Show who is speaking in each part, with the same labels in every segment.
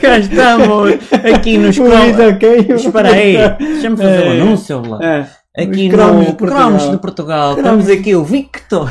Speaker 1: Cá estamos tá aqui nos cromos.
Speaker 2: videoqueio.
Speaker 1: Espera aí, deixa-me fazer um
Speaker 2: um É.
Speaker 1: anúncio lá.
Speaker 2: É.
Speaker 1: Aqui
Speaker 2: Os cromos
Speaker 1: no
Speaker 2: de Portugal.
Speaker 1: Cromos de Portugal, temos aqui o Victor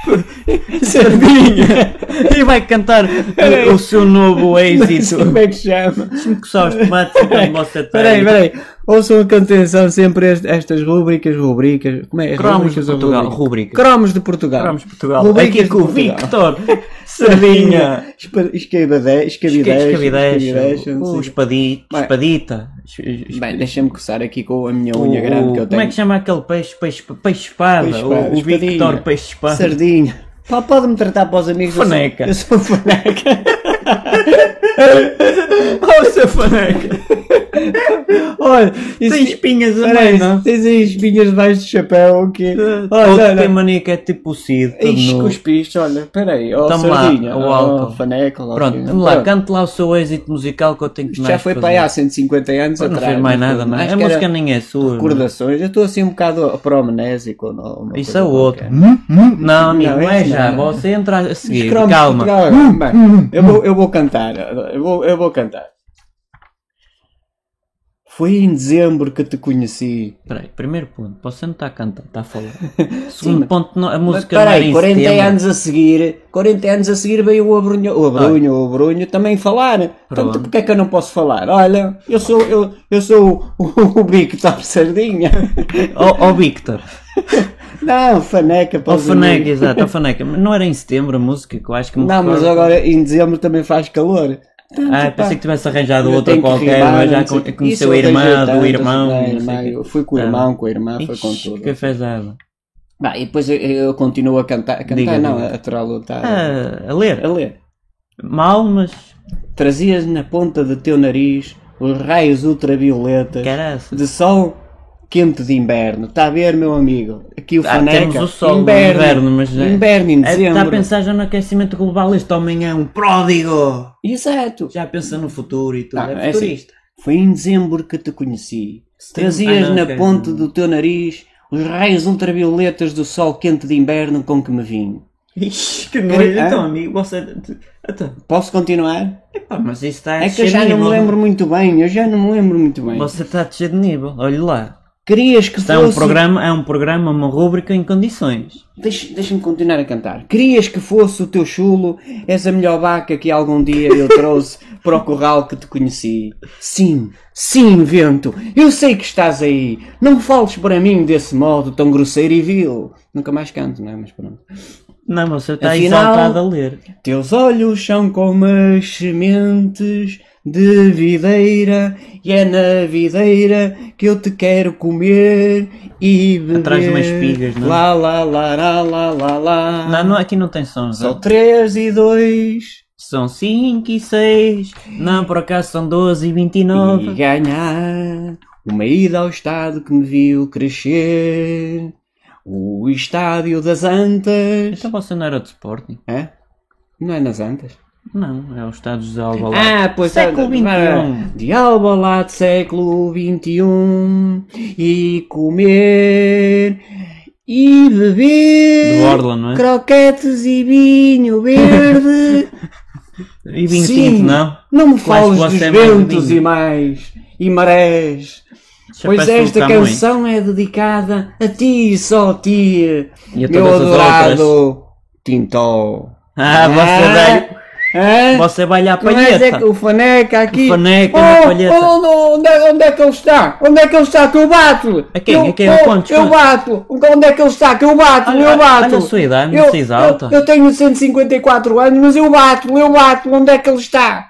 Speaker 2: Sardinha.
Speaker 1: e vai cantar o, o seu novo êxito.
Speaker 2: Como é que se chama?
Speaker 1: Deixa-me coçar os tomates enquanto você tá tem.
Speaker 2: Peraí, peraí. Ouçam com atenção sempre est- estas rubricas, rubricas. Como é?
Speaker 1: Cromos de
Speaker 2: Rubricas ou
Speaker 1: Portugal,
Speaker 2: rubricas?
Speaker 1: rubrica.
Speaker 2: Cromos de Portugal.
Speaker 1: Cromos de Portugal,
Speaker 2: Rubricas
Speaker 1: aqui
Speaker 2: de
Speaker 1: com o
Speaker 2: Portugal.
Speaker 1: Victor Sardinha.
Speaker 2: Espa- Escabide- Escabidez.
Speaker 1: Escavidez, o
Speaker 2: não sei.
Speaker 1: espadi-
Speaker 2: Bem.
Speaker 1: espadita. es- es-
Speaker 2: Bem, deixa-me coçar aqui com a minha
Speaker 1: o-
Speaker 2: unha grande que eu
Speaker 1: o- Como é
Speaker 2: tenho.
Speaker 1: que chama aquele peixe? Peixe, peixe espada.
Speaker 2: Peixe
Speaker 1: o-
Speaker 2: espada,
Speaker 1: o Victor
Speaker 2: espadinha.
Speaker 1: Peixe espada.
Speaker 2: Sardinha. Pá, pode-me tratar para os amigos. eu sou-
Speaker 1: Foneca.
Speaker 2: Eu sou um foneca.
Speaker 1: Oh, seu faneca.
Speaker 2: Olha, isso-
Speaker 1: Tem espinhas a
Speaker 2: Peraí,
Speaker 1: mais, não?
Speaker 2: tens aí espinhas debaixo do chapéu ou quê?
Speaker 1: Ou
Speaker 2: Olha,
Speaker 1: tem
Speaker 2: olha.
Speaker 1: mania que é tipo o Cid. todo
Speaker 2: Ah, Ixi,
Speaker 1: nu.
Speaker 2: cuspiste, olha, peraí, ó,
Speaker 1: Toma lá,
Speaker 2: sardinha,
Speaker 1: o
Speaker 2: ó,
Speaker 1: álcool.
Speaker 2: faneca, lá,
Speaker 1: Pronto,
Speaker 2: assim.
Speaker 1: vamos lá, cante lá o seu êxito musical que eu tenho que
Speaker 2: Isto
Speaker 1: mais
Speaker 2: já foi
Speaker 1: fazer.
Speaker 2: para aí há 150 anos
Speaker 1: Não
Speaker 2: atrás.
Speaker 1: fez mais
Speaker 2: não foi?
Speaker 1: nada, não
Speaker 2: Acho
Speaker 1: é? A
Speaker 2: que era
Speaker 1: música nem é sua. não.
Speaker 2: Recordações, eu estou assim um bocado promnésico. ou não, uma
Speaker 1: Isso
Speaker 2: coisa
Speaker 1: é outro.
Speaker 2: qualquer.
Speaker 1: Hum, hum. Não, amigo,
Speaker 2: Não,
Speaker 1: não é
Speaker 2: isso não,
Speaker 1: já.
Speaker 2: não.
Speaker 1: Você entra a seguir.
Speaker 2: Cromos de
Speaker 1: Calma. Hum,
Speaker 2: Portugal agora. Bem, eu, vou, eu vou cantar. Eu vou, eu vou cantar. Foi em dezembro que te conheci.
Speaker 1: Peraí, primeiro ponto, você não está a cantar, está a falar.
Speaker 2: Sim,
Speaker 1: Segundo
Speaker 2: mas-
Speaker 1: ponto, não- a
Speaker 2: Mas
Speaker 1: música não era
Speaker 2: peraí,
Speaker 1: em
Speaker 2: 40
Speaker 1: setembro.
Speaker 2: anos a seguir, 40 anos a seguir veio o Abrunho, o Abrunho, o Abrunho também falar.
Speaker 1: Pronto.
Speaker 2: Portanto, porque é que eu não posso falar? Olha, eu sou, eu, eu sou o, o, Victor Sardinha.
Speaker 1: Ó ó, Victor,
Speaker 2: Não, faneca, para
Speaker 1: ó
Speaker 2: os
Speaker 1: Oh, Faneca,
Speaker 2: amigos.
Speaker 1: exato, ó Faneca. Mas Não era em setembro a música que eu acho que me
Speaker 2: Não, mas
Speaker 1: recordo.
Speaker 2: agora em dezembro também faz calor.
Speaker 1: Ah, pensei que tivesse arranjado
Speaker 2: Eu
Speaker 1: outra
Speaker 2: tenho que
Speaker 1: qualquer,
Speaker 2: rimar,
Speaker 1: mas já
Speaker 2: não sei
Speaker 1: con-
Speaker 2: o quê.
Speaker 1: conheceu a
Speaker 2: Isso é eu
Speaker 1: irmã
Speaker 2: arranjei
Speaker 1: do
Speaker 2: tanto,
Speaker 1: irmão.
Speaker 2: não,
Speaker 1: não
Speaker 2: irmã,
Speaker 1: sei o quê.
Speaker 2: eu fui com o
Speaker 1: Ah.
Speaker 2: irmão, com a irmã, foi com
Speaker 1: Ixi,
Speaker 2: tudo.
Speaker 1: que fezada.
Speaker 2: Bah, e depois eu, eu continuo a cantar, a cantar
Speaker 1: Diga,
Speaker 2: não,
Speaker 1: diga.
Speaker 2: a tralo, tá,
Speaker 1: Ah, a
Speaker 2: a
Speaker 1: ler.
Speaker 2: ler.
Speaker 1: Mal, mas.
Speaker 2: Trazias na ponta do teu nariz os raios ultravioletas
Speaker 1: Caraca.
Speaker 2: de sol quente de inverno. Está a ver, meu amigo? Aqui o
Speaker 1: Ah,
Speaker 2: faneca.
Speaker 1: temos o sol no inverno, mas é-
Speaker 2: Inverno em dezembro.
Speaker 1: Está a pensar já no aquecimento global. Este homem é um pródigo.
Speaker 2: Exato.
Speaker 1: Já pensa no futuro e tudo.
Speaker 2: Não,
Speaker 1: é
Speaker 2: é assim.
Speaker 1: futurista.
Speaker 2: Foi em dezembro que te conheci.
Speaker 1: Setembro-
Speaker 2: Trazias
Speaker 1: Ah, não,
Speaker 2: na
Speaker 1: ok,
Speaker 2: ponta
Speaker 1: não.
Speaker 2: do teu nariz os raios ultravioletas do sol quente de inverno com que me vim.
Speaker 1: Ixi, que nojo.
Speaker 2: Ah.
Speaker 1: Então, amigo, você. Então,
Speaker 2: Posso continuar?
Speaker 1: epá, mas isso está a
Speaker 2: É que eu
Speaker 1: descer
Speaker 2: já
Speaker 1: de
Speaker 2: não me
Speaker 1: nível.
Speaker 2: lembro muito bem, eu já não me lembro muito bem.
Speaker 1: Ah, Você está a descer de nível, olha lá.
Speaker 2: Querias que
Speaker 1: Isto é um
Speaker 2: fosse.
Speaker 1: programa, é um programa, uma rúbrica em condições.
Speaker 2: Deixa- Deixa-me continuar a cantar. Querias que fosse o teu chulo, és a melhor vaca que algum dia eu trouxe para o curral que te conheci. Sim, sim, vento, eu sei que estás aí. Não fales para mim desse modo tão grosseiro e vil. Nunca mais canto, não é? Mas pronto.
Speaker 1: Não, você está
Speaker 2: Afinal-
Speaker 1: exaltado a ler.
Speaker 2: Teus olhos são como as sementes de videira, e é na videira que eu te quero comer e beber.
Speaker 1: Atrás de umas espigas, não é?
Speaker 2: Lá, lá, lá, lá, lá, lá, lá.
Speaker 1: Não, não, aqui não tem sons.
Speaker 2: São
Speaker 1: não.
Speaker 2: 3 e 2
Speaker 1: São 5 e 6. Não, por acaso são 12 e
Speaker 2: e é
Speaker 1: 29.
Speaker 2: ganhar uma ida ao estado que me viu crescer. O estádio das Antas.
Speaker 1: Então você não era de Sporting?
Speaker 2: Hã? Não é nas Antas?
Speaker 1: Não, é os Estados de Alvalade.
Speaker 2: Ah, pois
Speaker 1: Século
Speaker 2: olha, vai,
Speaker 1: XXI.
Speaker 2: vai. De Albalade, século XXI. E comer e beber.
Speaker 1: De Orla, não é?
Speaker 2: Croquetes e vinho verde.
Speaker 1: e 25,
Speaker 2: sim.
Speaker 1: não?
Speaker 2: Não me
Speaker 1: Claro,
Speaker 2: fales
Speaker 1: se
Speaker 2: dos
Speaker 1: você é mais
Speaker 2: ventos
Speaker 1: vinho.
Speaker 2: e mais, e marés.
Speaker 1: Já
Speaker 2: Pois
Speaker 1: parece um
Speaker 2: esta
Speaker 1: Camões.
Speaker 2: canção é dedicada a ti e só a ti,
Speaker 1: E a
Speaker 2: meu
Speaker 1: todas as
Speaker 2: adorado Tintó.
Speaker 1: Ah, você vai.
Speaker 2: Hã?
Speaker 1: Você vai à
Speaker 2: Mas é que
Speaker 1: palheta.
Speaker 2: o Faneca aqui.
Speaker 1: O Faneca
Speaker 2: Oh,
Speaker 1: é na palheta.
Speaker 2: oh, no, onde, é- onde é que ele está? Onde é que ele está? Que eu bato!
Speaker 1: A quem?
Speaker 2: Eu,
Speaker 1: A quem?
Speaker 2: eu,
Speaker 1: Quantos?
Speaker 2: eu bato! Onde é que ele está? Que eu bato!
Speaker 1: Olha-
Speaker 2: eu bato!
Speaker 1: olha a sua idade, não
Speaker 2: eu,
Speaker 1: se exalta.
Speaker 2: Eu, eu tenho 154 anos, mas eu bato! Eu bato! Onde é que ele está?